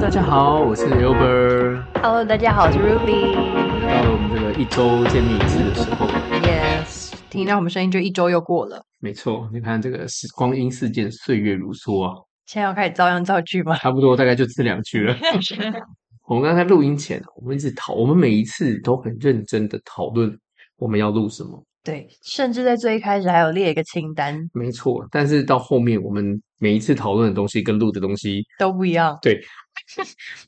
大家好，我是 Uber。 Hello，大家好，我是 Ruby。到了我们这个一周见面一次的时候， Yes，听到我们声音就一周又过了，没错，你看这个时光阴似箭，岁月如梭啊，现在要开始照样造句吗？差不多大概就这两句了。我们刚才录音前，我们一直讨，我们每一次都很认真的讨论我们要录什么。 对，甚至在最一开始还有列一个清单，没错，但是到后面我们每一次讨论的东西跟录的东西，都不一样。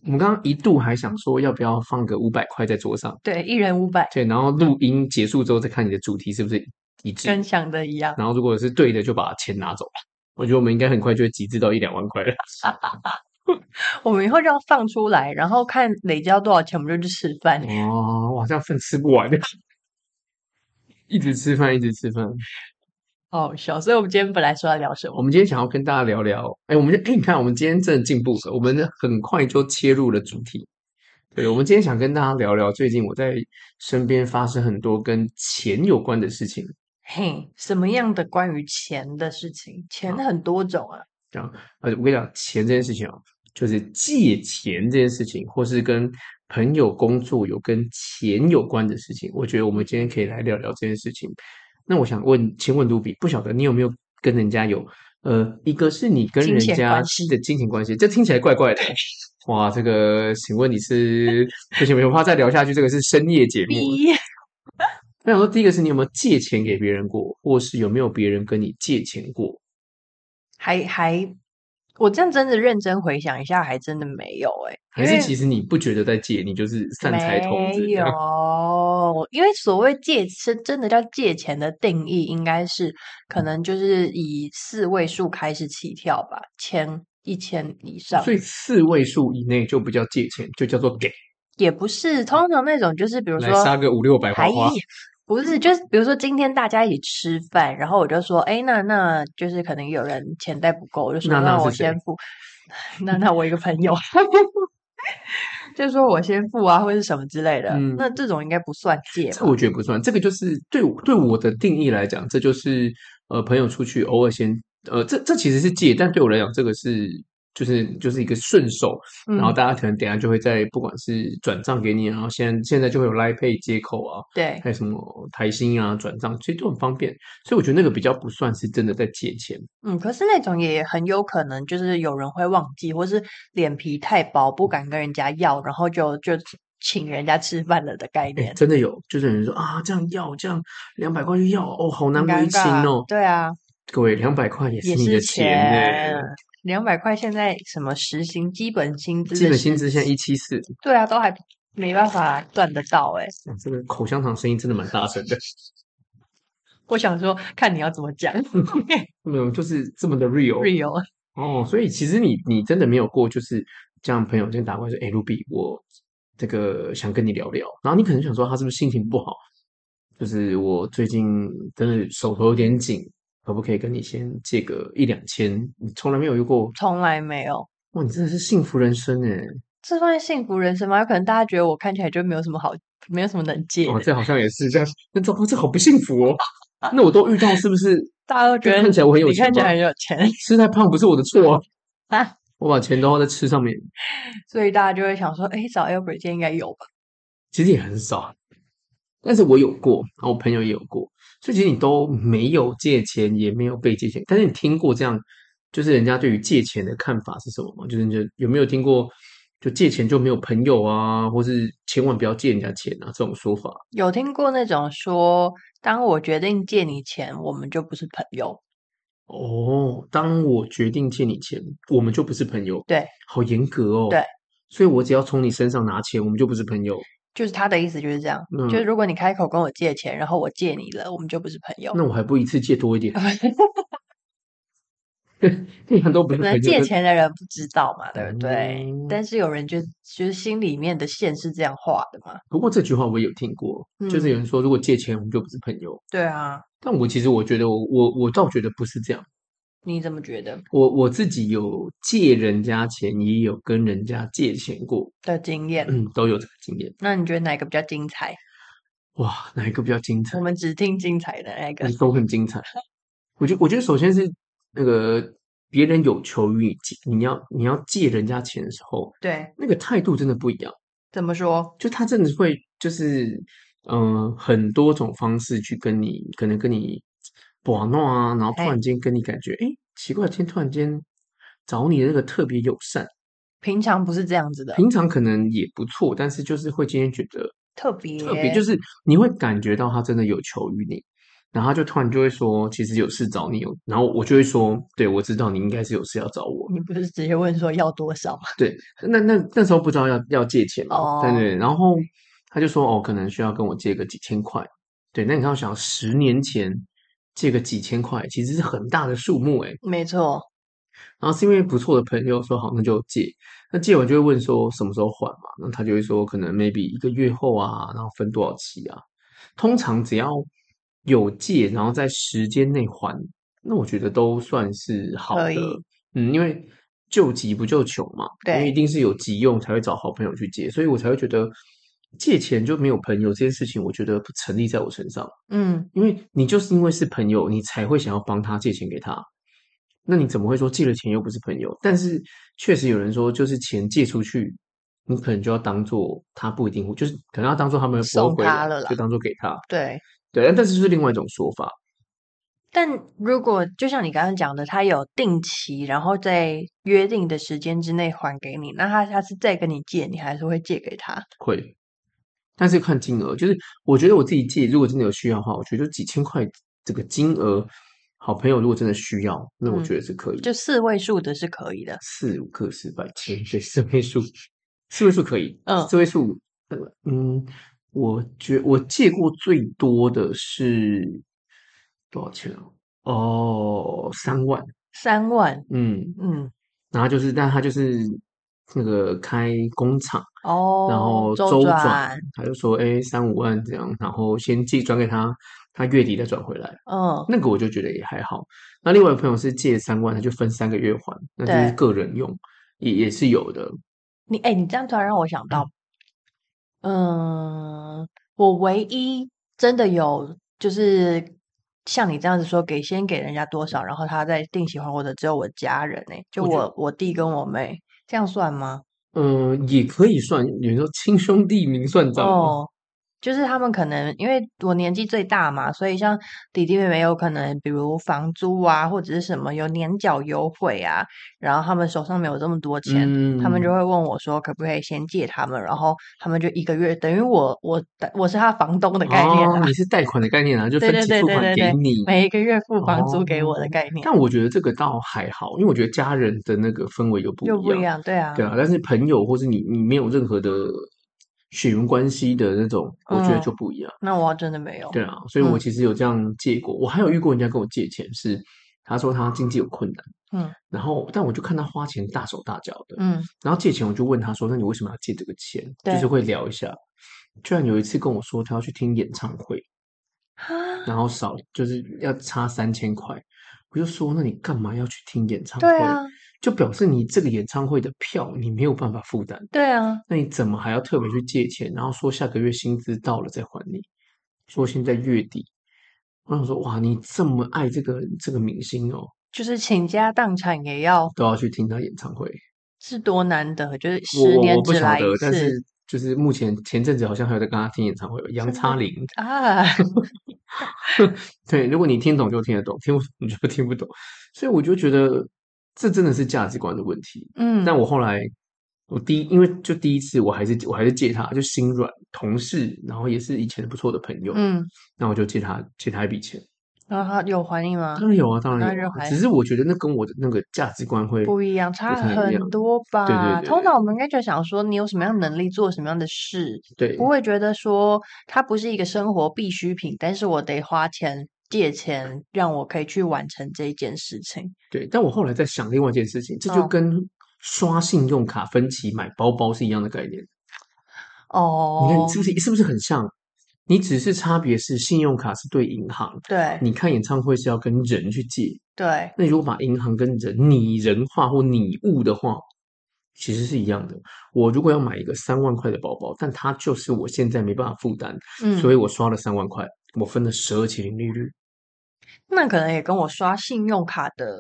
我们刚刚一度还想说要不要放个五百块在桌上，对，一人五百，对，然后录音结束之后再看你的主题是不是一致，跟想的一样。然后如果是对的就把钱拿走。我觉得我们应该很快就会集资到一两万块了。我们以后就要放出来，然后看累积到多少钱，我们就去吃饭。哦，我好像饭吃不完，一直吃饭，一直吃饭。好好笑。所以我们今天本来说要聊什我么？们今天想要跟大家聊聊，哎，我们就哎，你看，我们今天真的进步了，我们很快就切入了主题。对，我们今天想跟大家聊聊最近我在身边发生很多跟钱有关的事情。嘿，嗯什么样的关于钱的事情？钱很多种啊。呃，我跟你讲，钱这件事情哦，就是借钱这件事情，或是跟朋友工作有跟钱有关的事情，我觉得我们今天可以来聊聊这件事情。那我想问，请问卢比，不晓得你有没有跟人家有呃，一个是你跟金人钱家关系的金钱关系，这听起来怪怪的。哇，这个，请问你是不行不行，我怕再聊下去，这个是深夜节目。第一，那我说，第一个是你有没有借钱给别人过，或是有没有别人跟你借钱过？还还，我这样真的认真回想一下，还真的没有哎、还因为是其实你不觉得在借，你就是散财童子没这样？有，因为所谓借是真的叫借钱的定义，应该是嗯可能就是以四位数开始起跳吧，千一千以上所以四位数以内就不叫借钱，就叫做给，也不是。通常那种就是比如来说杀个五六百花还花。一不是，就是比如说今天大家一起吃饭，然后我就说，哎，那那就是可能有人钱袋不够，我就说那那我是谁先付。 那那我一个朋友，就说我先付啊，或是什么之类的。嗯那这种应该不算借这吧？我觉得不算，这个就是对我对我的定义来讲，这就是呃朋友出去偶尔先呃这这其实是借，但对我来讲，这个是就是就是一个顺手，然后嗯，大家可能等一下就会在不管是转账给你，啊然后现在现在就会有 Line Pay 接口啊，对，还有什么台新啊转账，其实都很方便，所以我觉得那个比较不算是真的在借钱。嗯，可是那种也很有可能就是有人会忘记，或是脸皮太薄不敢跟人家要，然后就就请人家吃饭了的概哎、念，真的有，就是有人说啊，这样要这样两百块就要哦，好难很为尴情尬。哦。对啊，各位，两百块也是也你的是钱呢、钱，两百块现在什么实行基本薪资，基本薪资现在一七四，对啊，都还没办法赚得到哎、哇这个口香糖声音真的蛮大 声的。我想说，看你要怎么讲哦没有，就是这么的 real ，real， 哦。所以其实你你真的没有过，就是这样朋友先打过来说，哎、卢比，我这个想跟你聊聊。然后你可能想说，他是不是心情不好？就是我最近真的手头有点紧，可不可以跟你先借个一两千？你从来没有遇过，从来没有。哇，你真的是幸福人生哎！这算是幸福人生吗？有可能大家觉得我看起来就没有什么好，没有什么能借哦，的，这好像也是这样，那这这好不幸福哦。那我都遇到，是不是大家都觉这得看起来我很有你看钱起吗来很有钱吃太胖不是我的错啊？啊， 我把钱都花在吃上面，所以大家就会想说，哎，找 Albert 今天应该有吧？其实也很少。但是我有过，然后我朋友也有过，所以其实你都没有借钱，也没有被借钱。但是你听过这样，就是人家对于借钱的看法是什么吗？就是你就有没有听过，就借钱就没有朋友啊，或是千万不要借人家钱啊这种说法？有听过那种说，当我决定借你钱，我们就不是朋友。哦，当我决定借你钱，我们就不是朋友。对，好严格哦。对，哦所以我只要从你身上拿钱，我们就不是朋友。就是他的意思就是这样，嗯就是如果你开口跟我借钱，然后我借你了，我们就不是朋友。那我还不一次借多一点？ 对，很多不是可朋友能借的钱的人不知道嘛，对不对？嗯但是有人就就是心里面的线是这样画的嘛，不过这句话我也有听过，嗯就是有人说，如果借钱，我们就不是朋友。对啊，但我其实我觉得我，我我倒觉得不是这样。你怎么觉得我我自己有借人家钱，也有跟人家借钱过，的经验？嗯，都有这个经验。那你觉得哪一个比较精彩？哇，哪一个比较精彩我？嗯们只听精彩的那一个，都很精彩。我觉我觉得首先是那个别人有求于你借，你要你要借人家钱的时候，对，那个态度真的不一样。怎么说？就他真的会就是嗯、呃很多种方式去跟你，可能跟你玩闹啊，然后突嘿然间跟你感觉，哎，奇怪，今天突然间找你的那个特别友善，平常不是这样子的，平常可能也不错，但是就是会今天觉得特别特别，就是你会感觉到他真的有求于你。然后他就突然就会说，其实有事找你，哦然后我就会说，对我知道你应该是有事要找我，你不是直接问说要多少吗？ 那那那时候不知道要要借钱嘛，哦对对，然后他就说哦，可能需要跟我借个几千块，对，那你要想十年前借个几千块，其实是很大的数目欸诶，没错，然后是因为不错的朋友说好，那就借，那借完就会问说什么时候还嘛，那他就会说可能 maybe 一个月后啊，然后分多少期啊，通常只要有借，然后在时间内还，那我觉得都算是好可的以，嗯，因为救急不救穷嘛，因为对一定是有急用才会找好朋友去借，所以我才会觉得借钱就没有朋友这件事情，我觉得不成立在我身上。嗯，因为你就是因为是朋友，你才会想要帮他借钱给他。那你怎么会说借了钱又不是朋友？但是确实有人说，就是钱借出去，你可能就要当做他不一定会，就是可能要当做他们不送会回他来，了啦就当做给他。对。对，但但是就是另外一种说法，但如果就像你刚刚讲的，他有定期，然后在约定的时间之内还给你，那他下次再跟你借，你还是会借给他。会，但是看金额。就是我觉得我自己借，如果真的有需要的话，我觉得就几千块这个金额，好朋友如果真的需要，那我嗯觉得是可以。就四位数的是可以的，四五个四百千， 对，四位数，四位数可以，嗯四位数，呃嗯，我觉我借过最多的是多少钱啊？哦，三万，三万，嗯，嗯，然后就是，但他就是那个开工厂，哦，然后周转，他就说，哎，三五万这样，然后先寄转给他，他月底再转回来。嗯，那个我就觉得也还好。那另外一个朋友是借三万，他就分三个月还，那就是对个人用，也也是有的。你哎、你这样突然让我想到，嗯，我唯一真的有就是像你这样子说，给先给人家多少，然后他再定期还我的，只有我家人哎、就我觉我我弟跟我妹，这样算吗？嗯、也可以算，有人说亲兄弟明算账嘛，哦，就是他们可能因为我年纪最大嘛，所以像弟弟妹妹有可能，比如房租啊或者是什么有年缴优惠啊，然后他们手上没有这么多钱，他们就嗯会问我说可不可以先借他们，然后他们就一个月等于我我我是他房东的概念哦啊，你是贷款的概念啊，就对分对期对付对款对给对你。每一个月付房租给我的哦概念、但我觉得这个倒还好，因为我觉得家人的那个氛围又不又不一样，样，对啊，对啊。但是朋友或是你你没有任何的血缘关系的那种，我觉得嗯就不一样。那我真的没有，对啊，所以嗯我其实有这样借过，我还有遇过人家跟我借钱是，他说他经济有困难，嗯然后但我就看他花钱大手大脚的，嗯，然后借钱我就问他说，那你为什么要借这个钱？就对是会聊一下。居然有一次跟我说他要去听演唱会，啊然后少就是要差三千块，我就说那你干嘛要去听演唱会？对啊就表示你这个演唱会的票你没有办法负担，对啊，那你怎么还要特别去借钱？然后说下个月薪资到了再还你，说现在月底。我想说，哇，你这么爱这个这个明星哦，就是倾家荡产也要都要去听他演唱会。是多难得，就是我十我年我不只晓来得一，但次是就是目前前阵子好像还有在跟他听演唱会，杨真的叉林。 啊。对，如果你听懂就听得懂，听不懂你就听不懂。所以我就觉得这真的是价值观的问题。嗯，但我后来，我第一，因为就第一次，我还是我还是借他，就心软，同事，然后也是以前不错的朋友，嗯，那我就借他借他一笔钱。然后他有还你吗 当？然有啊，当当然然有有啊、还只是我觉得那跟我的那个价值观会不一样，差太一样很多吧。对对通对常我们应该就想说，你有什么样的能力做什么样的事，对不会觉得说它不是一个生活必需品，但是我得花钱借钱让我可以去完成这一件事情。对。但我后来在想另外一件事情，这就嗯跟刷信用卡分期买包包是一样的概念。哦，你看，你是不是是不是很像？你只是差别是信用卡是对银行，对你看演唱会是要跟人去借。对，那如果把银行跟人拟人化或拟物的话，其实是一样的。我如果要买一个三万块的包包，但它就是我现在没办法负担，嗯，所以我刷了三万块，我分了十二期零利率。那可能也跟我刷信用卡的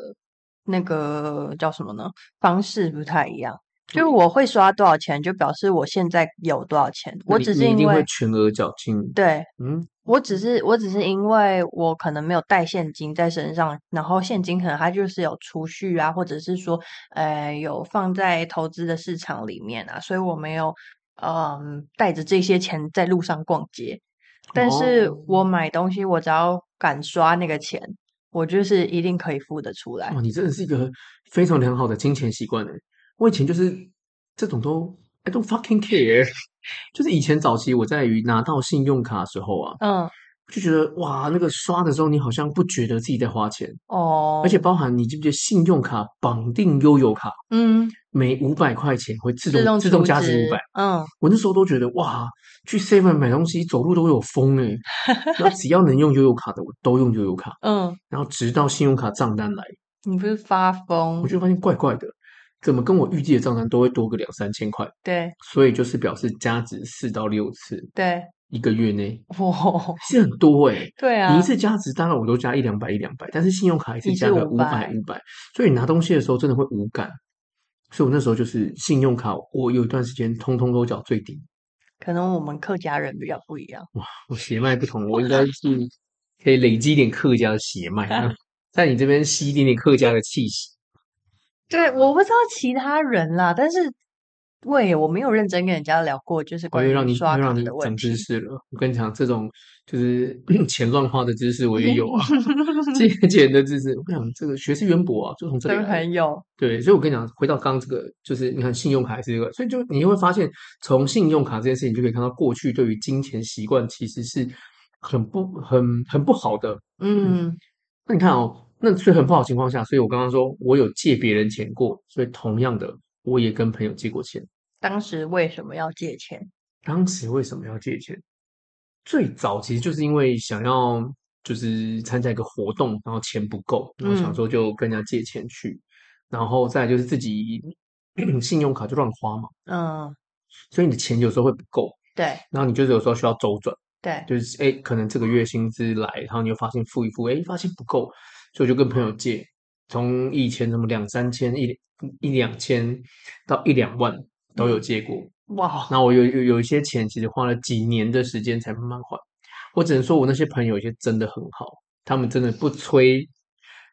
那个叫什么呢？方式不太一样。就是我会刷多少钱，就表示我现在有多少钱。我你只你是一因定会为全额缴清。对嗯，我只是我只是因为我可能没有带现金在身上，然后现金可能它就是有储蓄啊，或者是说呃有放在投资的市场里面啊，所以我没有嗯带着这些钱在路上逛街。但是我哦买东西，我只要敢刷那个钱，我就是一定可以付得出来。哇，你真的是一个非常良好的金钱习惯诶。我以前就是这种都 I don't fucking care，就是以前早期我在于拿到信用卡的时候啊，嗯，就觉得哇，那个刷的时候你好像不觉得自己在花钱，哦，而且包含你记不记得信用卡绑定悠游卡，嗯，每五百块钱会自自动动自动储加值值五百。，嗯，我那时候都觉得哇，去 Seven 买东西走路都有 风诶。然后只要能用悠游卡的我都用悠游卡，嗯，然后直到信用卡账单来。你不是发疯我？就发现怪怪的，怎么跟我预计的账单都会多个两三千块？对所以就是表示加值四到六次对， 一个月内，哇，是很多诶、对啊，你一次加值，当然我都加一两百一两百，但是信用卡一次一次加个五百500五百，所以你拿东西的时候真的会无感。所以我那时候就是信用卡，我有一段时间通通都缴最低。可能我们客家人比较不一样。我血脉不同，我应该是可以累积一点客家的血 脉，在你这边吸一点点客家的气息。对，我不知道其他人啦，但是喂，我没有认真跟人家聊过，就是我关哦又让于你刷又卡让你的问长知题。识了。我跟你讲，这种就是 钱乱花的知识我也 有啊，借钱的知识，我想这个学识渊博啊，就从这里真来的。很有，对，所以我跟你讲，回到刚刚这个，就是你看信用卡还是这个，所以就你会发现，从信用卡这件事情就可以看到，过去对于金钱习惯其实是很不很很不好的。嗯，那你看哦，那所以很不好的情况下，所以我刚刚说我有借别人钱过，所以同样的，我也跟朋友借过钱。当时为什么要借钱？当时为什么要借钱？最早其实就是因为想要就是参加一个活动，然后钱不够，然后想嗯说就跟人家借钱去，然后再来就是自己 信用卡就乱花嘛，嗯，所以你的钱有时候会不够，对然后你就是有时候需要周转，对，就是哎可能这个月薪资来，然后你又发现付一付，哎发现不够，所以就跟朋友借，从以前什么两三千一一两千到一两万都有借过。哇，那我有有有一些钱，其实花了几年的时间才慢慢还。我只能说我那些朋友有些真的很好，他们真的不催，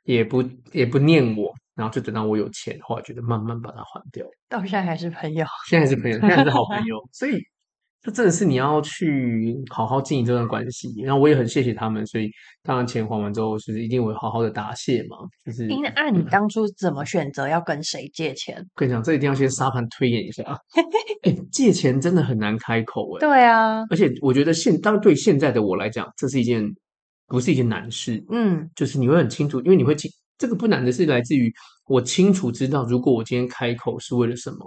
也不也不念我，然后就等到我有钱的话，觉得慢慢把它还掉。到现在还是朋友。现在还是朋友，现在还是好朋友，所以这真的是你要去好好经营这段关系。然后我也很谢谢他们，所以当然钱还完之后，就是一定会好好的答谢嘛。就是诶那按嗯你当初怎么选择要跟谁借钱？跟你讲，这一定要先沙盘推演一下。 哎、借钱真的很难开口哎、对啊，而且我觉得现当然对现在的我来讲，这是一件不是一件难事，嗯就是你会很清楚，因为你会清这个不难的是来自于我清楚知道，如果我今天开口是为了什么。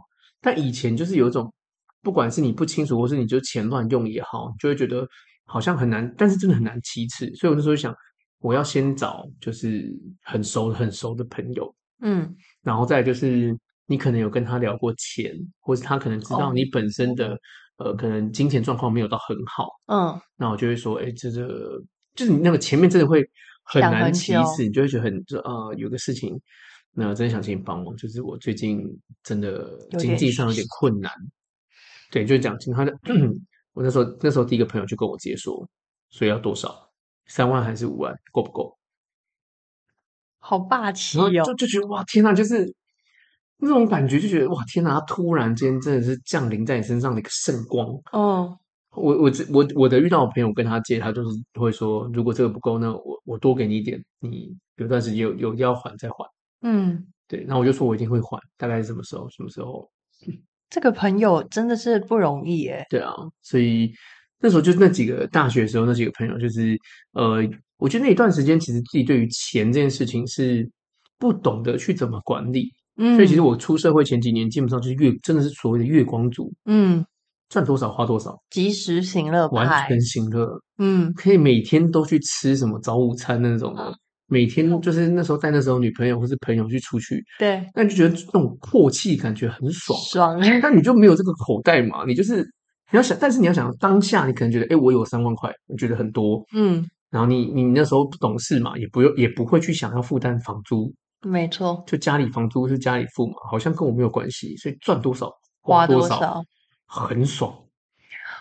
但以前就是有一种，不管是你不清楚，或是你就钱乱用也好，你就会觉得好像很难，但是真的很难启齿。所以我那时候想，我要先找就是很熟很熟的朋友，嗯，然后再来就是你可能有跟他聊过钱，或是他可能知道哦你本身的、呃可能金钱状况没有到很好，嗯，那我就会说，哎，这个就是你那个前面真的会很想难很启久齿，你就会觉得很就呃有个事情，那真的想请你帮忙，就是我最近真的有经点济上有点困难，对，就讲清他的。我那时候那时候第一个朋友就跟我直接说，所以要多少？三万还是五万？够不够？好霸气然后哦就。就觉得哇天哪，就是那种感觉，就觉得哇天哪，他突然间真的是降临在你身上的一个圣光。嗯，我我只我我的遇到的朋友跟他借，他就是会说，如果这个不够呢，我我多给你一点，你有段时间有有要还再还。嗯，对，然后我就说我一定会还，大概是什么时候？什么时候？这个朋友真的是不容易耶。对啊，所以那时候就那几个大学的时候那几个朋友，就是呃，我觉得那一段时间其实自己对于钱这件事情是不懂得去怎么管理，嗯，所以其实我出社会前几年，基本上就是月真的是所谓的月光族，嗯，赚多少花多少，及时行乐完派，全行乐，嗯，可以每天都去吃什么早午餐那种的，每天就是那时候带那时候女朋友或是朋友去出去，对，那你就觉得那种阔气感觉很爽，爽，但你就没有这个口袋嘛，你就是你要想，但是你要想当下你可能觉得，哎，我有三万块，我觉得很多，嗯，然后你你那时候不懂事嘛，也不用也不会去想要负担房租，没错，就家里房租是家里付嘛，好像跟我没有关系，所以赚多少花多少，很爽。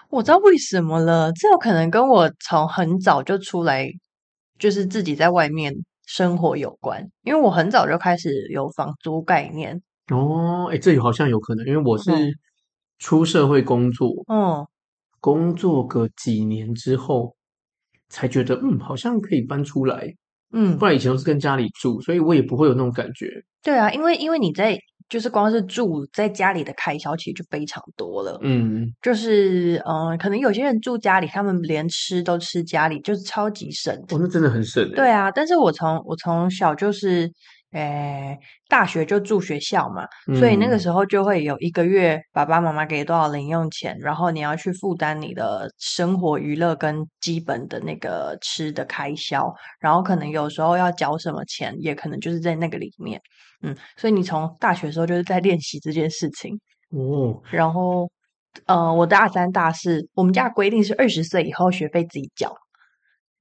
我知道为什么了，这有可能跟我从很早就出来，就是自己在外面生活有关，因为我很早就开始有房租概念。哦，哎，这有好像有可能，因为我是嗯出社会工作，嗯，工作个几年之后，才觉得嗯，好像可以搬出来。嗯不，然以前都是跟家里住，所以我也不会有那种感觉。对啊，因为因为你在就是光是住在家里的开销其实就非常多了，嗯，就是嗯、呃可能有些人住家里，他们连吃都吃家里，就是超级省的。哦，那真的很省欸。对啊，但是我从我从小就是，诶，大学就住学校嘛，所以那个嗯时候就会有一个月爸爸妈妈给多少零用钱，然后你要去负担你的生活、娱乐跟基本的那个吃的开销，然后可能有时候要缴什么钱，也可能就是在那个里面，嗯，所以你从大学的时候就是在练习这件事情，哦，然后，呃，我大三、大四，我们家的规定是二十岁以后学费自己缴，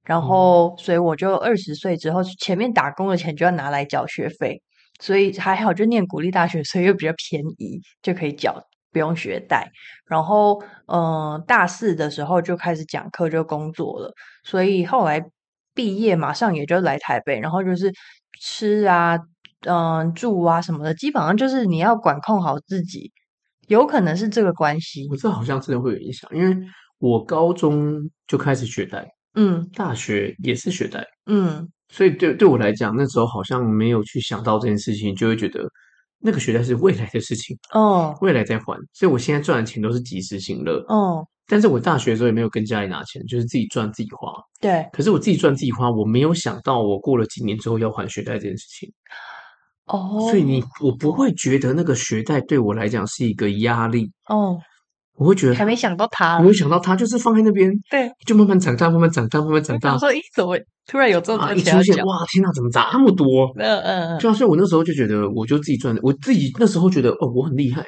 然嗯后，所以我就二十岁之后，前面打工的钱就要拿来缴学费，所以还好，就念国立大学，所以又比较便宜，就可以缴，不用学贷。然后，呃，大四的时候就开始讲课，就工作了，所以后来毕业马上也就来台北，然后就是吃啊。嗯，住啊什么的，基本上就是你要管控好自己，有可能是这个关系。我这好像真的会有影响，因为我高中就开始学贷，嗯大学也是学贷，嗯，所以对对我来讲，那时候好像没有去想到这件事情，就会觉得那个学贷是未来的事情，哦未来再还。所以我现在赚的钱都是及时行乐，哦，但是我大学的时候也没有跟家里拿钱，就是自己赚自己花。对可是我自己赚自己花，我没有想到我过了几年之后要还学贷这件事情，哦，所以你我不会觉得那个学贷对我来讲是一个压力，哦，我会觉得还没想到他我，会想到它就是放在那边，对，就慢慢长大，慢慢长大，慢慢长大我。说咦，怎么突然有这么啊！多一钱出要现讲？哇，天哪，怎么这么多？嗯嗯嗯对啊，所以我那时候就觉得，我就自己赚，我自己那时候觉得哦，我很厉害，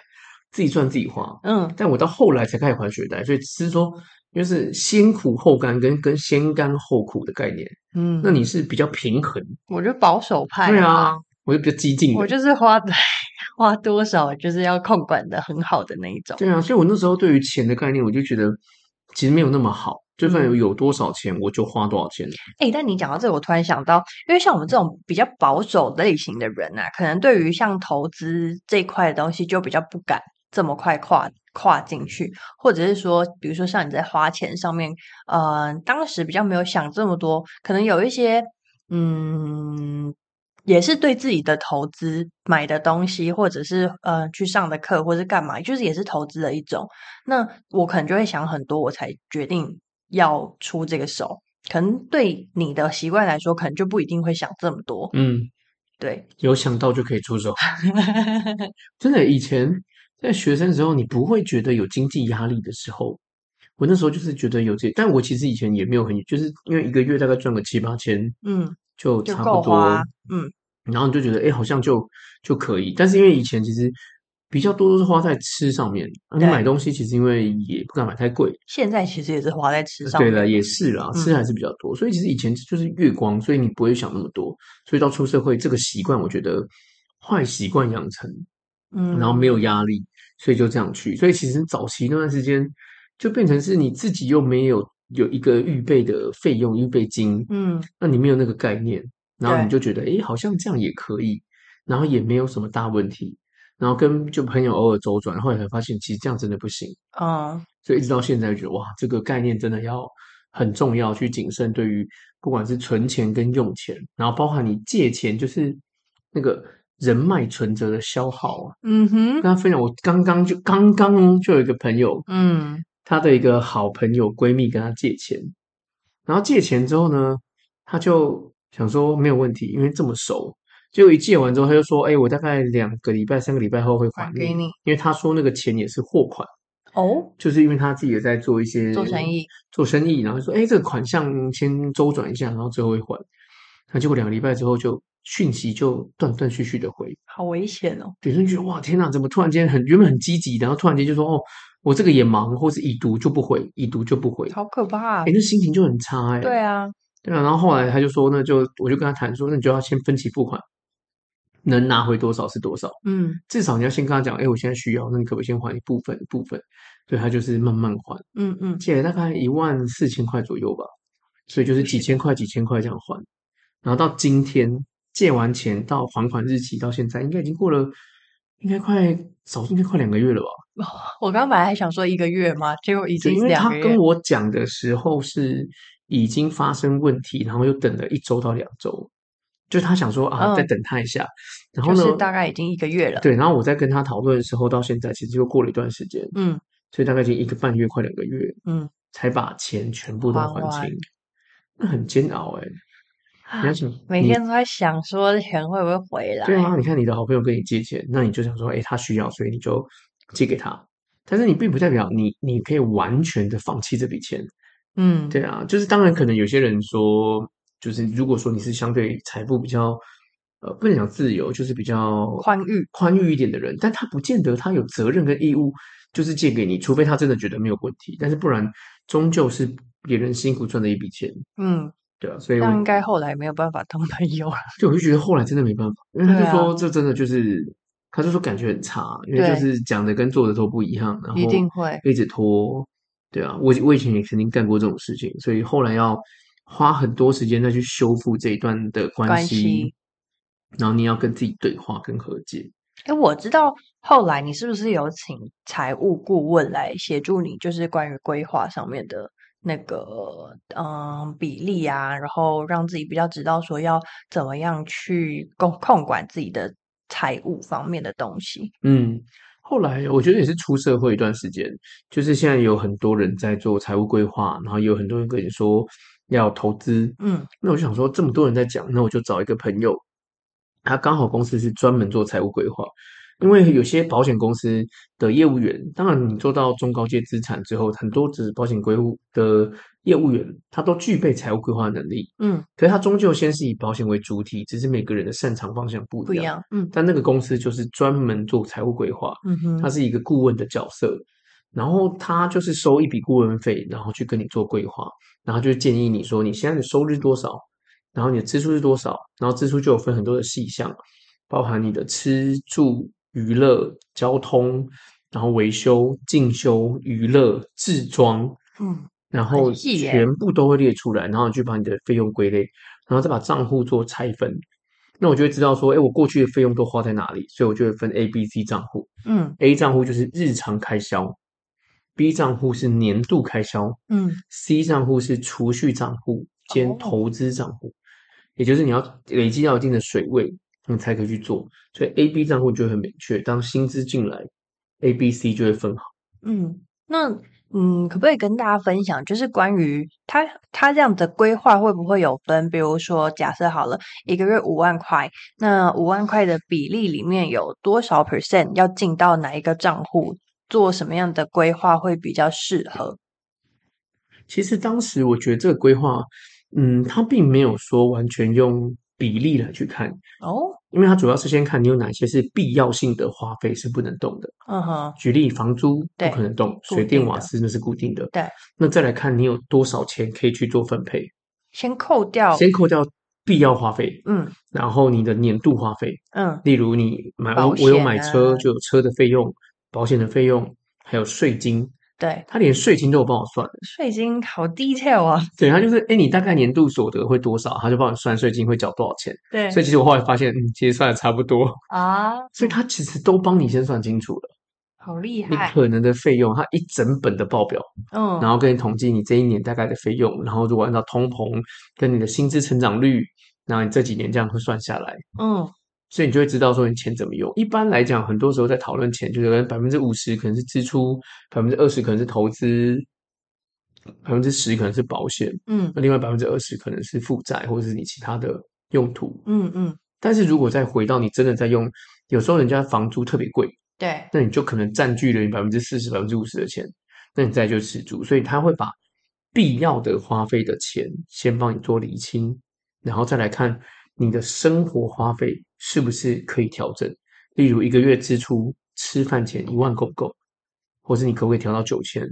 自己赚自己花。嗯，但我到后来才开始还学贷，所以只是说，就是先苦后甘跟跟先甘后苦的概念。嗯，那你是比较平衡，我就保守派，对，啊，我就比较激进我的，就是花 花多少就是要控管的很好的那一种。对啊，所以我那时候对于钱的概念，我就觉得其实没有那么好，就算嗯有有多少钱，我就花多少钱。哎、但你讲到这个，我突然想到，因为像我们这种比较保守类型的人啊，可能对于像投资这一块的东西就比较不敢这么快跨跨进去，或者是说，比如说像你在花钱上面，呃，当时比较没有想这么多，可能有一些，嗯，也是对自己的投资买的东西，或者是呃去上的课，或是干嘛，就是也是投资的一种。那我可能就会想很多，我才决定要出这个手。可能对你的习惯来说，可能就不一定会想这么多。嗯，对，有想到就可以 出手。真的，以前在学生时候，你不会觉得有经济压力的时候，我那时候就是觉得有这，但我其实以前也没有很，就是因为一个月大概赚个七八千，嗯，就就差够不多，花，嗯然后你就觉得哎、诶好像就就可以。但是因为以前其实比较多都是花在吃上面，啊你对买东西其实因为也不敢买太贵，现在其实也是花在吃上呃对面。了，也是啦，吃嗯还是比较多，所以其实以前就是月光，所以你不会想那么多，所以到出社会这个习惯，我觉得坏习惯养成，嗯，然后没有压力，所以就这样去，所以其实早期那段时间就变成是你自己又没有有一个预备的费用预备金，嗯，那你没有那个概念，然后你对就觉得诶好像这样也可以，然后也没有什么大问题，然后跟就朋友偶尔周转，后来才发现其实这样真的不行。嗯，所以一直到现在觉得哇，这个概念真的要很重要，去谨慎对于不管是存钱跟用钱，然后包含你借钱，就是那个人脉存折的消耗啊。嗯哼跟，他分享，我刚刚就刚刚哦就有一个朋友，嗯，她的一个好朋友闺蜜跟她借钱，然后借钱之后呢，她就想说没有问题，因为这么熟。结果一借完之后，她就说：“哎、我大概两个礼拜、三个礼拜后会还还给你因为她说那个钱也是货款。哦，就是因为他自己也在做一些做生意，做生意，然后说，哎，这个款项先周转一下，然后最后会还。那结果两个礼拜之后就，讯息就断断续续的回，好危险哦。女生觉得哇，天哪，怎么突然间很原本很积极，然后突然间就说，哦，我这个也忙，或是已读就不回，已读就不回，好可怕、啊哎，！那心情就很差哎、对啊，对啊，然后后来他就说，那就我就跟他谈说，那你就要先分期付款，能拿回多少是多少，嗯至少你要先跟他讲，哎、我现在需要，那你可不可以先还一部分一部分？对他就是慢慢还，嗯嗯，借了大概一万四千块左右吧，所以就是几千块几千块这样还，然后到今天借完钱到还款日期到现在，应该已经过了，应该快早应该快两个月了吧？我刚本来还想说一个月嘛，结果已经对，因是为两他个月跟。我讲的时候是已经发生问题，然后又等了一周到两周，就他想说啊，再嗯等他一下，然后就呢，是大概已经一个月了，对，然后我在跟他讨论的时候，到现在其实又过了一段时间，嗯所以大概已经一个半月，快两个月嗯，才把钱全部都还还完啊清，那很煎熬哎、你要想，每你天都在想说钱会不会回来，对啊，你看你的好朋友跟你借钱，那你就想说，哎、他需要，所以你就借给他。但是你并不代表你你可以完全的放弃这笔钱，嗯，对啊，就是当然，可能有些人说，就是如果说你是相对财富比较，呃，不能讲自由，就是比较宽裕宽裕一点的人，但他不见得他有责任跟义务，就是借给你，除非他真的觉得没有问题，但是不然，终究是别人辛苦赚的一笔钱，嗯，对啊，所以我那应该后来没有办法当朋友了，就我就觉得后来真的没办法，因为他对就啊说这真的就是，他就说感觉很差，因为就对是讲的跟做的都不一样，然后一定会，一直拖，对啊，我我以前也曾经干过这种事情，所以后来要花很多时间再去修复这一段的关关系，系然后你要跟自己对话跟和解。哎，我知道后来你是不是有请财务顾问来协助你，就是关于规划上面的那个嗯比例啊，然后让自己比较知道说要怎么样去控控管自己的财务方面的东西。嗯，后来我觉得也是出社会一段时间，就是现在有很多人在做财务规划，然后也有很多人跟你说要投资，嗯那我就想说这么多人在讲，那我就找一个朋友，他刚好公司是专门做财务规划。因为有些保险公司的业务员，当然你做到中高阶资产之后，很多只保险规务的业务员，他都具备财务规划能力，嗯，可是他终究先是以保险为主体，只是每个人的擅长方向不不一一样。样。嗯但那个公司就是专门做财务规划，嗯他哼，是一个顾问的角色，然后他就是收一笔顾问费，然后去跟你做规划，然后就建议你说你现在的收入多少，然后你的支出是多少，然后支出就有分很多的细项，包含你的吃住、娱乐、交通，然后维修、进修、娱乐、置装，嗯然后很细耶全部都会列出来，然后你去把你的费用归类，然后再把账户做拆分。那我就会知道说，哎，我过去的费用都花在哪里，所以我就会分 A、B、C 账户。嗯 A 账户就是日常开销，B 账户是年度开销嗯， ，C 账户是储蓄账户哦兼投资账户，也就是你要累积到一定的水位，你才可以去做。所以 A、B 账户就会很明确，当薪资进来，A、B、C 就会分好。嗯，那嗯，可不可以跟大家分享，就是关于他他这样的规划会不会有分？比如说，假设好了，一个月五万块，那五万块的比例里面有多少 percent 要进到哪一个账户？做什么样的规划会比较适合？其实当时我觉得这个规划，嗯，它并没有说完全用比例来去看，哦，因为它主要是先看你有哪些是必要性的花费是不能动的。嗯哼，举例，房租不对可能动，固水电定瓦的斯那是固定的。对，那再来看你有多少钱可以去做分配，先扣掉，先扣掉必要花费，嗯然后你的年度花费，嗯例如你买保我我有险买啊车就有车的费用、保险的费用，还有税金，对，他连税金都有帮我算。税金好 detail 啊，对，他就是，哎，你大概年度所得会多少，他就帮你算税金会缴多少钱。对所以其实我后来发现，嗯，其实算的差不多，啊，所以他其实都帮你先算清楚了，好厉你害，可能的费用，他一整本的报表，嗯然后跟你统计你这一年大概的费用，然后如果按照通膨跟你的薪资成长率，然后你这几年这样会算下来，嗯所以你就会知道说你钱怎么用。一般来讲，很多时候在讨论钱，就是百分之五十可能是支出，百分之二十可能是投资，百分之十可能是保险。嗯那另外百分之二十可能是负债或者是你其他的用途。嗯嗯，但是如果再回到你真的在用，有时候人家房租特别贵，对，那你就可能占据了你百分之四十、百分之五十的钱，那你再就吃住。所以他会把必要的花费的钱先帮你做理清，然后再来看你的生活花费是不是可以调整。例如一个月支出吃饭钱一万够不够，或是你可不可以调到九千？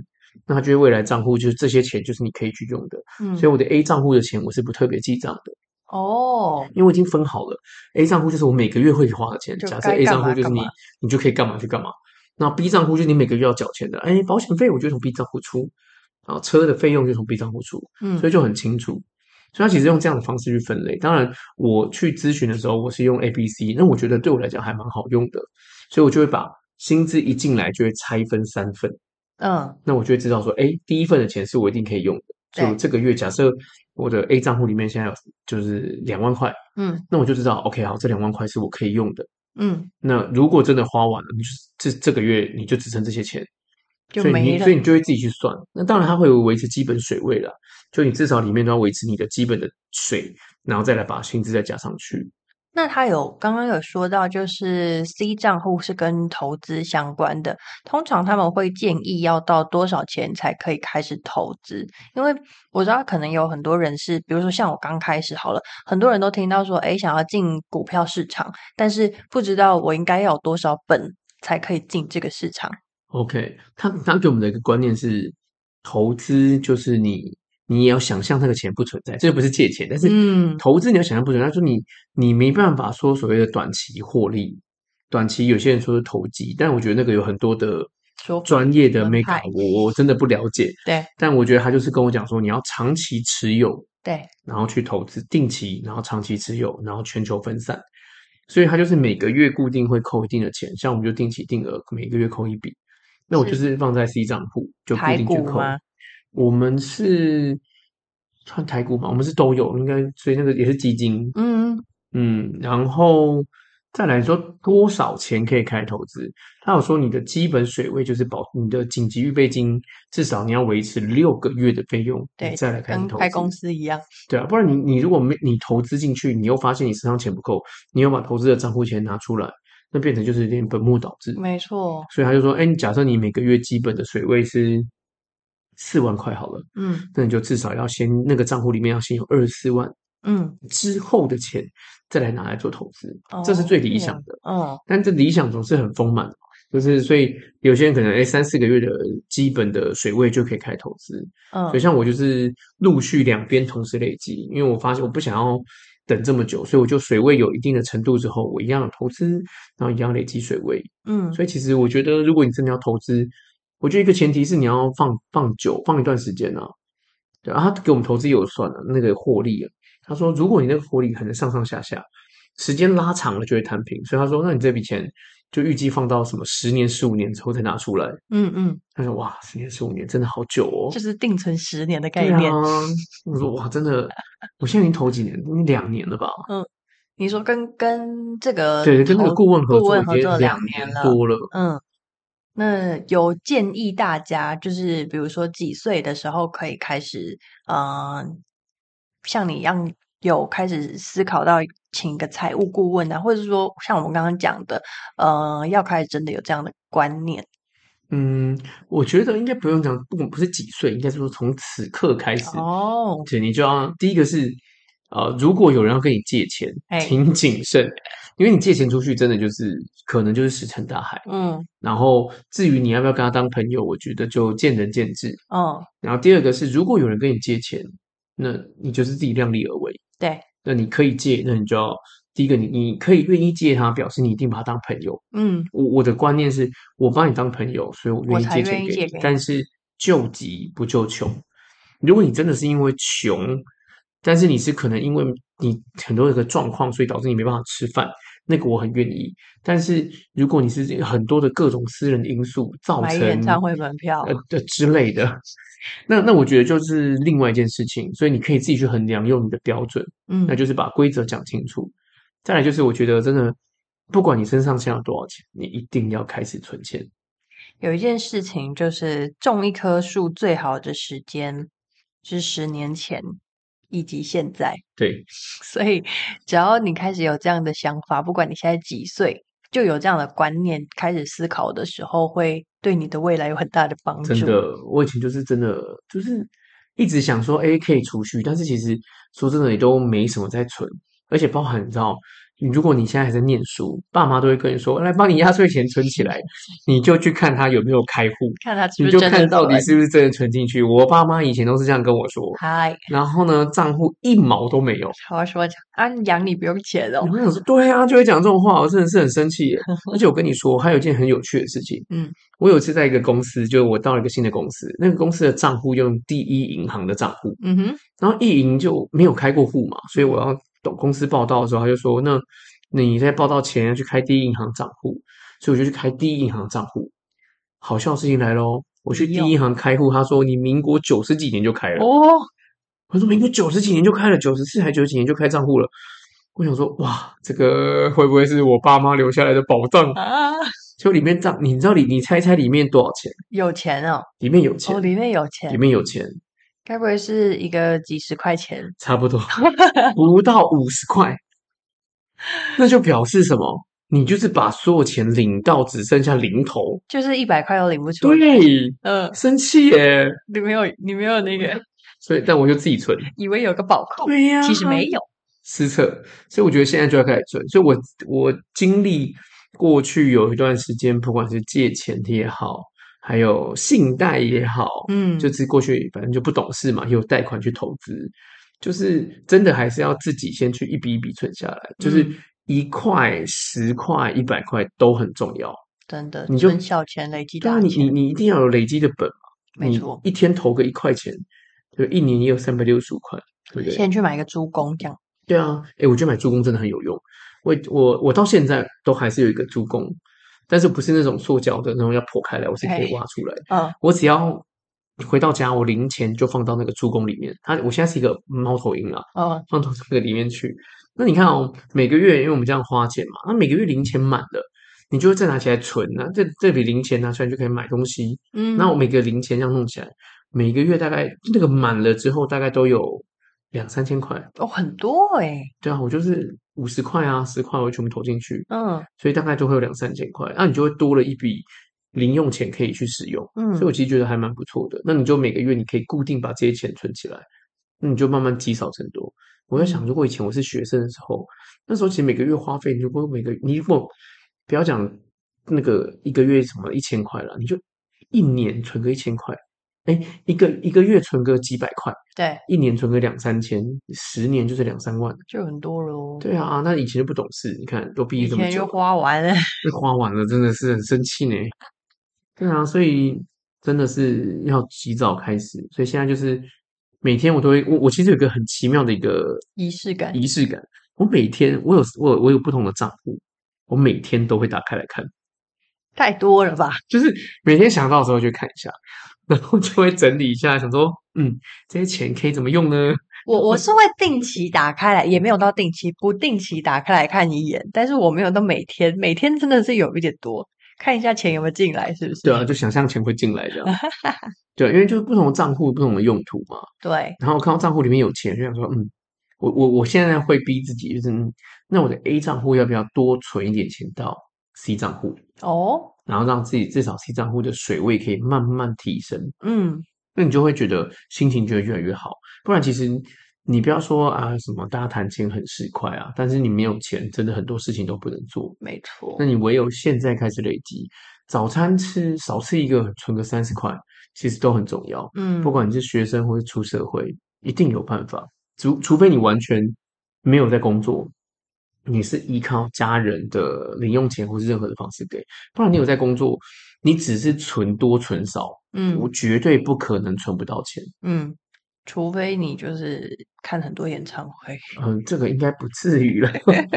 那他就会未来账户就是这些钱就是你可以去用的。嗯所以我的 A 账户的钱我是不特别记账的，哦，因为我已经分好了，A 账户就是我每个月会花的钱，嗯就假设该 A 干账户嘛就是干你嘛，你就可以干嘛去干嘛。那 B 账户就是你每个月要缴钱的，哎，保险费我就从 B 账户出，然后车的费用就从 B 账户出，嗯，所以就很清楚。所以他其实用这样的方式去分类。当然，我去咨询的时候，我是用 A、B、C，那我觉得对我来讲还蛮好用的，所以我就会把薪资一进来就会拆分三份。嗯那我就会知道说，哎，第一份的钱是我一定可以用的。对就这个月，假设我的 A 账户里面现在有就是两万块，嗯那我就知道，OK，好，这两万块是我可以用的。嗯，那如果真的花完了，你就是这这个月你就只剩这些钱，就所以没你了所以，你就会自己去算。那当然，它会有维持基本水位啦，就你至少里面都要维持你的基本的水，然后再来把薪资再加上去。那他有刚刚有说到，就是 C 账户是跟投资相关的，通常他们会建议要到多少钱才可以开始投资？因为我知道可能有很多人是，比如说像我刚开始好了，很多人都听到说，哎，想要进股票市场，但是不知道我应该要有多少本才可以进这个市场。 OK，他他给我们的一个观念是，投资就是你你也要想象那个钱不存在，这不是借钱，但是嗯投资你要想象不存在，他说你你没办法说所谓的短期获利，短期有些人说是投机，但我觉得那个有很多的说法专业的门 make 派 up，我我真的不了解，对但我觉得他就是跟我讲说你要长期持有，对，然后去投资定期，然后长期持有，然后全球分散。所以它就是每个月固定会扣一定的钱，像我们就定期定额，每个月扣一笔。那我就是是放在 C 账户，就固台定去股扣吗。我们是算台股嘛，我们是都有，应该所以那个也是基金，嗯嗯，然后再来说多少钱可以开始投资？他有说你的基本水位就是保你的紧急预备金，至少你要维持六个月的费用，你对，再来开始嗯跟投开资公司一样，对啊，不然你你如果没你投资进去，你又发现你身上钱不够，你又把投资的账户钱拿出来，那变成就是有点本末倒置。没错，所以他就说，哎，你假设你每个月基本的水位是四万块好了，嗯那你就至少要先那个账户里面要先有二十四万嗯，之后的钱，再来拿来做投资，这是哦最理这想样的。嗯。但这理想总是很丰满的嘛，就是所以有些人可能哎三四个月的基本的水位就可以开始投资，嗯所以像我就是陆续两边同时累积，因为我发现我不想要等这么久，所以我就水位有一定的程度之后，我一样有投资，然后一样累积水位。嗯，所以其实我觉得，如果你真的要投资，我觉得一个前提是你要放放久，放一段时间啊。对啊，他给我们投资也有算了、那个获利啊，他说如果你那个获利可能上上下下，时间拉长了就会摊平，所以他说那你这笔钱就预计放到什么十年、十五年之后再拿出来。嗯嗯，他说哇，十年、十五年真的好久哦，就是定存十年的概对念。嗯啊，我说哇，真的，我现在已经投几年，已经两年了吧？你说跟跟这个对，跟那个投顾问合呃顾作问已合作两经两年了，多了。嗯，那有建议大家，就是比如说几岁的时候可以开始，嗯、像你一样有开始思考到请个财务顾问啊，或者是说像我们刚刚讲的，呃，要开始真的有这样的观念嗯，我觉得应该不用讲，不不是几岁，应该是说从此刻开始，哦，对，你就要第一个是，呃，如果有人要跟你借钱，哎请谨慎，因为你借钱出去，真的就是可能就是石沉大海。嗯然后至于你要不要跟他当朋友，我觉得就见仁见智。嗯，然后第二个是，如果有人跟你借钱，那你就是自己量力而为。对，那你可以借，那你就要第一个你，你可以愿意借他，表示你一定把他当朋友。嗯我我的观念是我把你当朋友，所以我愿我意才借钱愿意给借你给你，但是救急不救穷。如果你真的是因为穷，但是你是可能因为你很多的状况，所以导致你没办法吃饭，那个我很愿意。但是如果你是很多的各种私人因素造买成演唱会门票，呃呃之类的， 那那我觉得就是另外一件事情，所以你可以自己去衡量，用你的标准。嗯那就是把规则讲清楚。再来就是，我觉得真的，不管你身上现在有多少钱，你一定要开始存钱。有一件事情就是种一棵树最好的时间是十年前以及现在， 对，所以只要你开始有这样的想法，不管你现在几岁，就有这样的观念开始思考的时候，会对你的未来有很大的帮助。真的，我以前就是真的就是一直想说，哎，可以储蓄，但是其实说真的，也都没什么在存，而且包含你知道，你如果你现在还在念书，爸妈都会跟你说，来帮你压岁钱存起来，你就去看他有没有开户，看他是不你是就真的看到底存是不是真的存进去。我爸妈以前都是这样跟我说，嗨，然后呢，账户一毛都没有。他会说啊，养你不用钱哦我，想说，对啊，就会讲这种话，我真的是很生气 耶。而且我跟你说，还有一件很有趣的事情，嗯，我有一次在一个公司，就是我到了一个新的公司，那个公司的账户用第一银行的账户，嗯哼，然后意银就没有开过户嘛，所以我要懂公司报道的时候，他就说，那你在报道前要去开第一银行账户，所以我就去开第一银行账户。好笑的事情来喽，我去第一银行开户，他说你民国九十几年就开了，哦，我说民国九十几年就开了，九十四还九几年就开账户了。我想说，哇，这个会不会是我爸妈留下来的宝藏？啊，就里面账，你知道里你猜猜里面多少钱？有钱哦，里面有钱，哦，里面有钱里，面有钱，该不会是一个几十块钱？差不多不到五十块，那就表示什么？你就是把所有钱领到只剩下零头，就是一百块都领不出来。对，嗯，生气耶！你没有，你没有那个，所以，但我就自己存，以为有个宝库，对呀其实没有。失策，所以我觉得现在就要开始存。所以我我经历过去有一段时间，不管是借钱也好，还有信贷也好，嗯，就是过去反正就不懂事嘛，也有贷款去投资，就是真的还是要自己先去一笔一笔存下来，就是嗯一块、十块、一百块都很重要。真的，你就存小钱累积对啊，大你钱你，你一定要有累积的本嘛，没你错一天投个一块钱，就一年也有三百六十五块，对不对？先去买个猪公这样。对啊，诶，我觉得买助攻真的很有用。我我我到现在都还是有一个助攻，但是不是那种塑胶的那种要破开来，我是可以嘿挖出来的。嗯，我只要回到家，我零钱就放到那个助攻里面。它我现在是一个猫头鹰啊，哦，放到这个里面去。那你看哦，每个月因为我们这样花钱嘛，那每个月零钱满了，你就会再拿起来存啊。这这笔零钱拿出来就可以买东西，嗯，那我每个零钱这样弄起来，每个月大概那个满了之后，大概都有两三千块。哦很多哎、对啊，我就是五十块啊，十块我会全部投进去，嗯所以大概就会有两三千块，那、你就会多了一笔零用钱可以去使用，所以我嗯，其实觉得还蛮不错的。那你就每个月你可以固定把这些钱存起来，那你就慢慢积少成多。我在想，嗯如果以前我是学生的时候，那时候其实每个月花费，如果每个你如果不要讲那个一个月什么一千块了，你就一年存个一千块，哎，一个一个月存个几百块，对，一年存个两三千，十年就是两三万。就很多喽。对啊，那以前就不懂事，你看都毕业以这么前就久，花完了，被花完了，真的是很生气呢。对啊，所以真的是要及早开始。所以现在就是每天我都会，我我其实有一个很奇妙的一个仪式感。仪式感。我每天我有我有我有不同的账户，我每天都会打开来看，太多了吧？就是每天想到的时候就看一下，然后就会整理一下，想说嗯，这些钱可以怎么用呢？ 我我是会定期打开来，也没有到定期，不定期打开来看一眼，但是我没有到每天，每天真的是有一点多，看一下钱有没有进来，是不是？对啊，就想象钱会进来 这样。对，因为就是不同的账户不同的用途嘛。对，然后我看到账户里面有钱，就想说，嗯，我我我现在会逼自己，就是嗯那我的 A 账户要不要多存一点钱到 C 账户，哦，然后让自己至少 C 账户的水位可以慢慢提升，嗯，那你就会觉得心情就会越来越好。不然其实你不要说啊什么大家谈钱很市侩啊，但是你没有钱，真的很多事情都不能做。没错那，你唯有现在开始累积，早餐吃少吃一个，存个三十块，其实都很重要。嗯，不管你是学生或是出社会，一定有办法，除除非你完全没有在工作，你是依靠家人的零用钱或是任何的方式给，不嗯然你有在工作，你只是存多存少，我嗯绝对不可能存不到钱。嗯，除非你就是看很多演唱会，嗯，这个应该不至于了。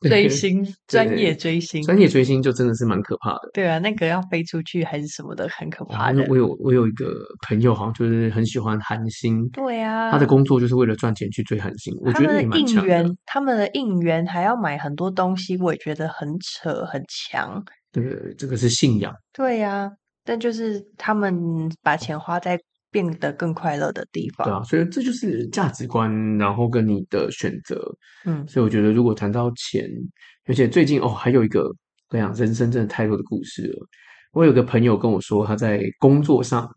追星，专对业追星，专业追星就真的是蛮可怕的。对啊，那个要飞出去还是什么的，很可怕哇那的。我有我有一个朋友，好像就是很喜欢韩星，对啊，他的工作就是为了赚钱去追韩星，我他觉们得的也蛮应强的，援，他们的应援还要买很多东西，我也觉得很扯，很强。这个这个是信仰。对呀、但就是他们把钱花在变得更快乐的地对方。啊，所以这就是价值观，然后跟你的选择。嗯所以我觉得，如果谈到钱，而且最近哦，还有一个，我想人生真的太多的故事了。我有个朋友跟我说，他在工作上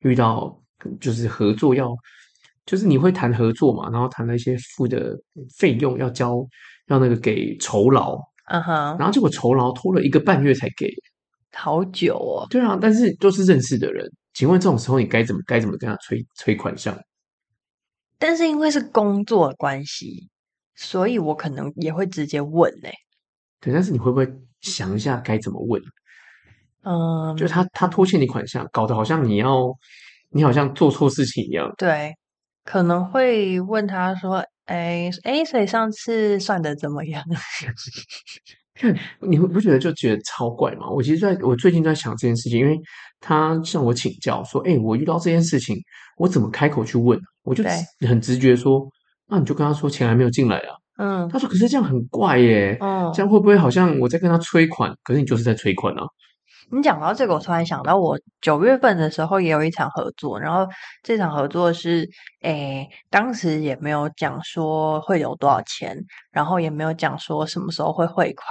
遇到就是合作要，就是你会谈合作嘛，然后谈了一些付的费用要交要那个给酬劳，嗯哼，然后结果酬劳拖了一个半月才给。好久哦，对啊，但是都是认识的人，请问这种时候你该怎么该怎么跟他催催款项？但是因为是工作关系，所以我可能也会直接问欸呢、对，但是你会不会想一下该怎么问？嗯，就他他拖欠你款项，搞得好像你要你好像做错事情一样。对，可能会问他说：“哎哎，所以上次算的怎么样 你会不觉得就觉得超怪吗？我其实在我最近在想这件事情，因为他向我请教说：“哎、我遇到这件事情，我怎么开口去问？”我就对很直觉说：“那你就跟他说钱还没有进来啊。”？”嗯他说：“可是这样很怪耶，嗯这，样会不会好像我在跟他催款？可是你就是在催款啊。你讲到这个，我突然想到，我九月份的时候也有一场合作，然后这场合作是，诶，当时也没有讲说会有多少钱，然后也没有讲说什么时候会汇款，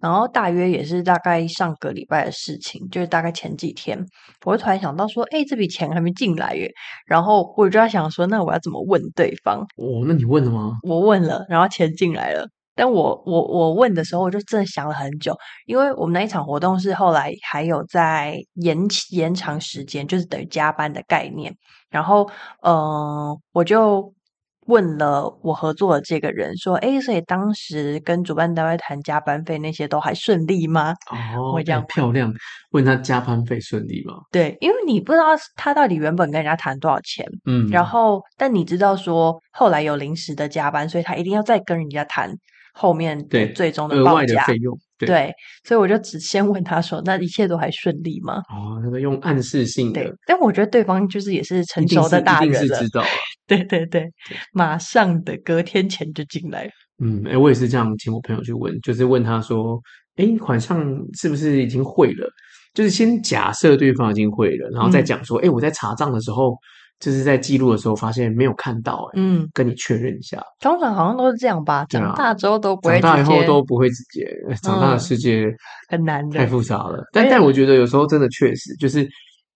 然后大约也是大概上个礼拜的事情，就是大概前几天，我就突然想到说，哎诶，这笔钱还没进来耶，然后我就在想说，那我要怎么问对方？哦，那你问了吗？我问了，然后钱进来了。但我我我问的时候，我就真的想了很久，因为我们那一场活动是后来还有在延期延长时间，就是等于加班的概念。然后，嗯、我就问了我合作的这个人说：“诶，所以当时跟主办单位谈加班费那些都还顺利吗哦，我哎这样问漂亮，问他加班费顺利吗？”？对，因为你不知道他到底原本跟人家谈多少钱，嗯，然后，但你知道说后来有临时的加班，所以他一定要再跟人家谈后面的对最终的额报外的价。费用，对。对，所以我就只先问他说：“那一切都还顺利吗哦，那个用暗示？”性的对，，但我觉得对方就是也是一成定熟是的大一定人是了，知道啊。对对对，马上的隔天钱就进来了。嗯，哎，我也是这样，请我朋友去问，就是问他说，哎，款项是不是已经汇了？就是先假设对方已经汇了，然后再嗯讲说，哎、我在查账的时候，就是在记录的时候发现没有看到、哎、嗯，跟你确认一下。通常好像都是这样吧，对啊长大之后都不会长直大以后接都不会直接，呃长大的嗯世界很难的哎太。复杂了。但对但我觉得有时候真的确实就是，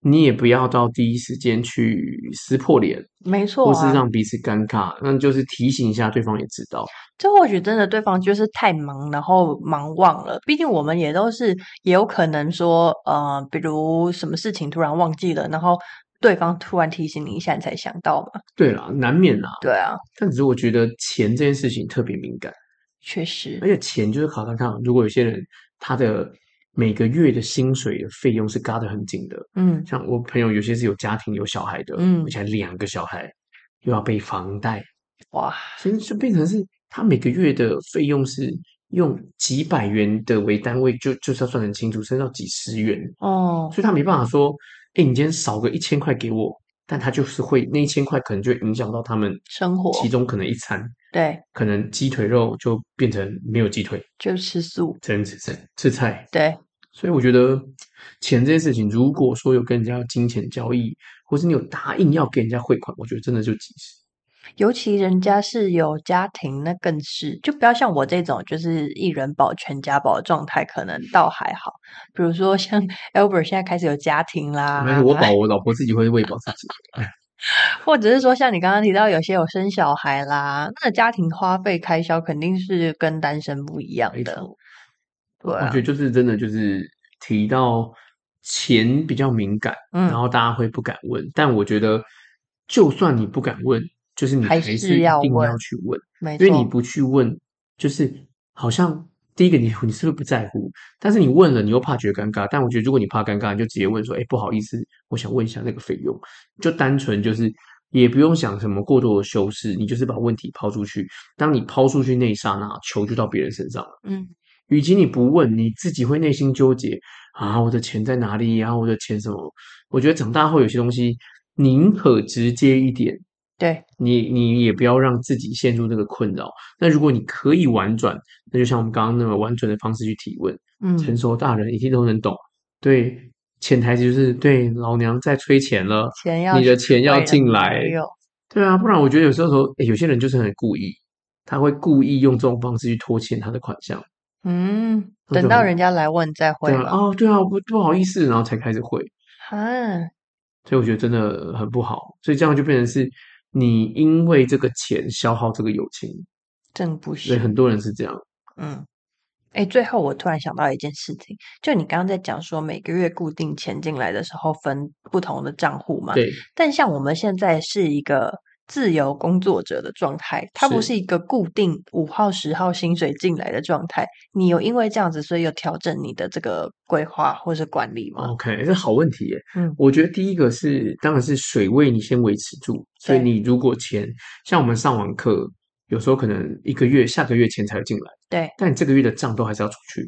你也不要到第一时间去撕破脸，没错或是啊，让彼此尴尬，那就是提醒一下对方也知道。这或许真的对方就是太忙，然后忙忘了。毕竟我们也都是，也有可能说，呃，比如什么事情突然忘记了，然后对方突然提醒你一下，你才想到嘛。对啦，难免啦，对啊，但只是我觉得钱这件事情特别敏感，确实而，且钱就是考上看，如果有些人他的每个月的薪水的费用是嘎得很紧的，嗯像我朋友有些是有家庭有小孩的，嗯而且还两个小孩，又要背房贷，哇，所以就变成是他每个月的费用是用几百元的为单位，就就是要算得很清楚，甚至到几十元，哦，所以他没办法说，哎、你今天少个一千块给我，但他就是会那一千块可能就会影响到他们生活其中可能一餐。对，可能鸡腿肉就变成没有鸡腿，就吃素，只能吃菜吃菜。对，所以我觉得钱这件事情，如果说有跟人家有金钱交易，或是你有答应要给人家汇款，我觉得真的就及时。尤其人家是有家庭，那更是就不要像我这种就是一人保全家保的状态，可能倒还好。比如说像 Albert 现在开始有家庭啦，啊但是我保我老婆自己会喂饱自己。或者是说，像你刚刚提到，有些有生小孩啦，那家庭花费开销肯定是跟单身不一样没的。错，对我啊觉得，就是真的就是提到钱比较敏感，嗯然后大家会不敢问。但我觉得，就算你不敢问，就是你还还是是一定要问要去问。没因为你错，不去问，就是好像第一个你你是不是不在乎？但是你问了，你又怕觉得尴尬。但我觉得如果你怕尴尬，你就直接问说：“哎，不好意思，我想问一下那个费用。”就单纯就是也不用想什么过多的修饰，你就是把问题抛出去。当你抛出去那一刹那，球就到别人身上了。嗯，与其你不问，你自己会内心纠结啊，我的钱在哪里啊，我的钱什么？我觉得长大后有些东西，宁可直接一点，对，你你也不要让自己陷入这个困扰。那如果你可以婉转，那就像我们刚刚那么婉转的方式去提问，成嗯，熟大人一定都能懂。对，潜台词就是对老娘在催钱了，钱要你的钱要为了进来朋友对啊，不然我觉得有时候说，诶有些人就是很故意，他会故意用这种方式去拖欠他的款项。嗯，那等就到很人家来问再对会啊，吧。哦，对啊，不不好意思，然后才开始会。啊，所以我觉得真的很不好。所以这样就变成是你因为这个钱消耗这个友情，真不所以行。很多人是这样。嗯，哎，最后我突然想到一件事情，就你刚刚在讲说每个月固定钱进来的时候分不同的账户嘛，对，但像我们现在是一个自由工作者的状态，它不是是一个固定五号、十号薪水进来的状态。你有因为这样子，所以有调整你的这个规划或是管理吗？ OK，这好问题耶。嗯我觉得第一个是，当然是水位你先维持住，所以对你如果钱，像我们上完课，有时候可能一个月、下个月钱才会进来，对，但你这个月的账都还是要出去，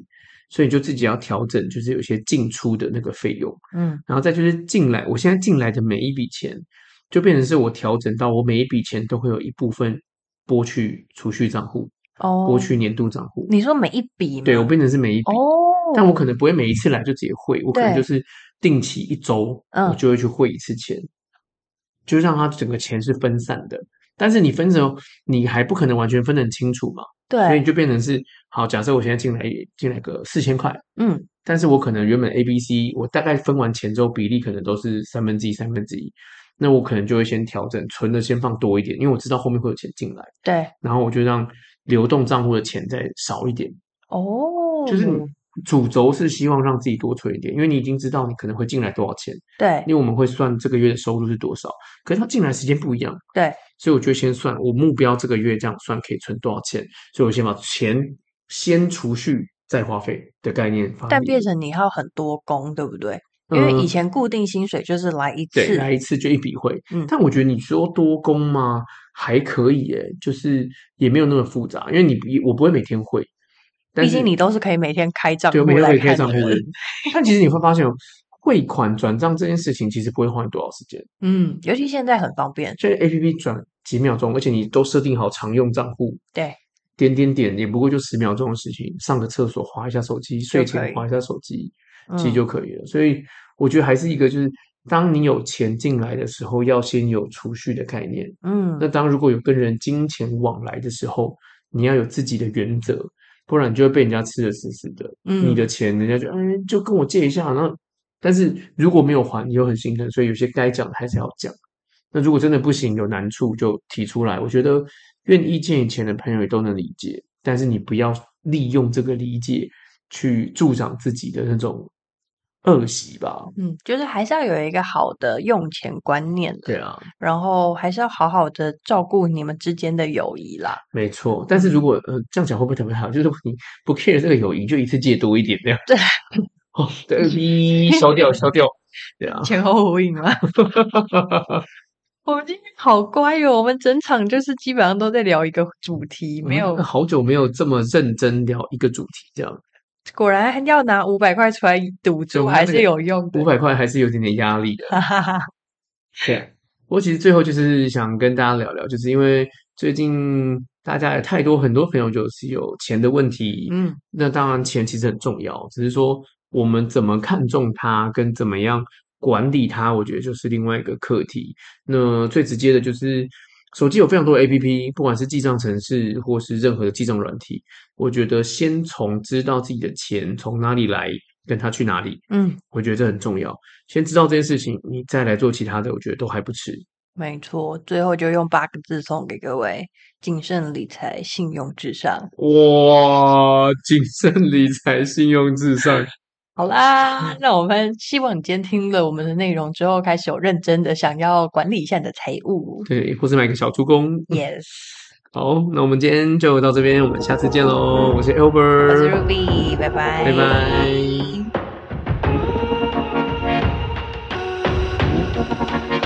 所以你就自己要调整，就是有些进出的那个费用，嗯，然后再就是进来，我现在进来的每一笔钱，就变成是我调整到我每一笔钱都会有一部分拨去储蓄账户，哦拨，去年度账户，你说每一笔吗？对我变成是每一笔。哦，但我可能不会每一次来就直接汇，我可能对就是定期一周，嗯我就会去汇一次钱，就让它整个钱是分散的。但是你分成，你还不可能完全分得很清楚嘛，所以对你，就变成是，好，假设我现在进来进来个四千块，嗯，但是我可能原本 A、B、C，我大概分完钱之后比例可能都是三分之一、三分之一，那我可能就会先调整，存的先放多一点，因为我知道后面会有钱进来，对，然后我就让流动账户的钱再少一点，哦，就是你主轴是希望让自己多存一点，因为你已经知道你可能会进来多少钱，对因为我们会算这个月的收入是多少，可是它进来时间不一样，对，所以我就先算我目标这个月这样算可以存多少钱，所以我先把钱先储蓄再花费的概念发明，但变成你要很多工，对不对？因为以嗯前固定薪水就是来一对次，来一次就一笔汇，嗯但我觉得你说多工吗？还可以耶，就是也没有那么复杂，因为你我不会每天汇，但毕是竟你都是可以每天开账对，户每天来可以开看账的户的人人。但其实你会发现哦，汇款转账这件事情其实不会花你多少时间，嗯，尤其现在很方便，就是 A P P 转几秒钟，而且你都设定好常用账户，对，点点点也不过就十秒钟的事情，上个厕所划一下手机，睡就可前以划一下手机，嗯其实就可以了。所以我觉得还是一个就是。当你有钱进来的时候，要先有储蓄的概念。嗯那当如果有跟人金钱往来的时候，你要有自己的原则，不然你就会被人家吃的死死的。嗯你的钱，人家就嗯，就跟我借一下。然后，但是如果没有还，你又很心疼，所以有些该讲的还是要讲。那如果真的不行，有难处就提出来。我觉得愿意借你钱的朋友也都能理解，但是你不要利用这个理解去助长自己的那种恶习吧。嗯，就是还是要有一个好的用钱观念啦对啊，然后还是要好好的照顾你们之间的友谊 啦。没错。但是如果嗯呃这样讲会不会特别好？就是你不 care 这个友谊，就一次借多一点这样。对。哦，对，一消掉，消掉，对啊，前后呼应啦。 我们今天好乖哟、我们整场就是基本上都在聊一个主题，没我 有们好久没有这么认真聊一个主题，这样果然还要拿五百块出来赌所以注，我们要还这是个有用的五。百块还是有点点压力的。 哈哈哈，对啊，不过其实最后就是想跟大家聊聊，就是因为最近大家也太多很多朋友就是有钱的问题，嗯，那当然钱其实很重要，只是说我们怎么看重它跟怎么样管理它，我觉得就是另外一个课题。那最直接的就是。手机有非常多的 APP，不管是记账程式或是任何的记账软体，我觉得先从知道自己的钱从哪里来，跟它去哪里，嗯，我觉得这很重要。先知道这件事情，你再来做其他的，我觉得都还不迟。没错。最后就用八个字送给各位：谨慎理财，信用至上。哇，谨慎理财，信用至上。好啦，那我们希望你今天听了我们的内容之后，开始有认真的想要管理一下你的财务。对，或是买个小猪公。 Yes，好，那我们今天就到这边，我们下次见喽。我是 Albert，我是 Ruby，拜拜，拜拜。